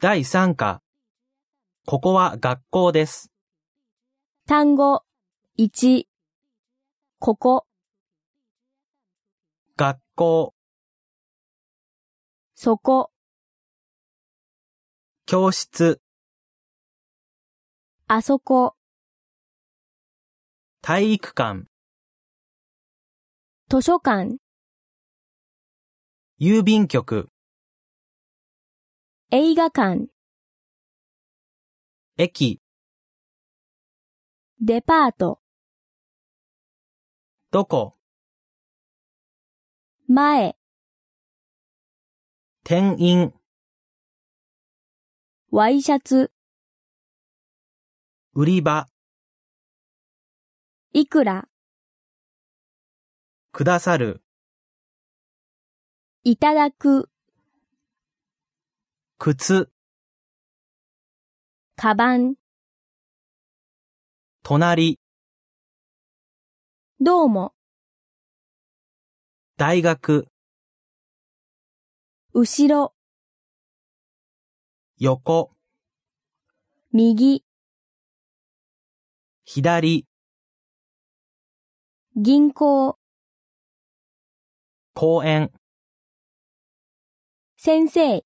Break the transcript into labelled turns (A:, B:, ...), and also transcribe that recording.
A: 第3課。ここは学校です。
B: 単語、1、ここ、
A: 学校、
B: そこ、
A: 教室、
B: あそこ、
A: 体育館、
B: 図書館、
A: 郵便局、
B: 映画館、
A: 駅、
B: デパート、
A: どこ、
B: 前、
A: 店員、
B: ワイシャツ、
A: 売り場、
B: いくら、
A: くださる、
B: いただく、
A: 靴、
B: カバン、
A: 隣、
B: どうも、
A: 大学、
B: 後ろ、
A: 横、
B: 右、
A: 左、
B: 銀行、
A: 公園、
B: 先生、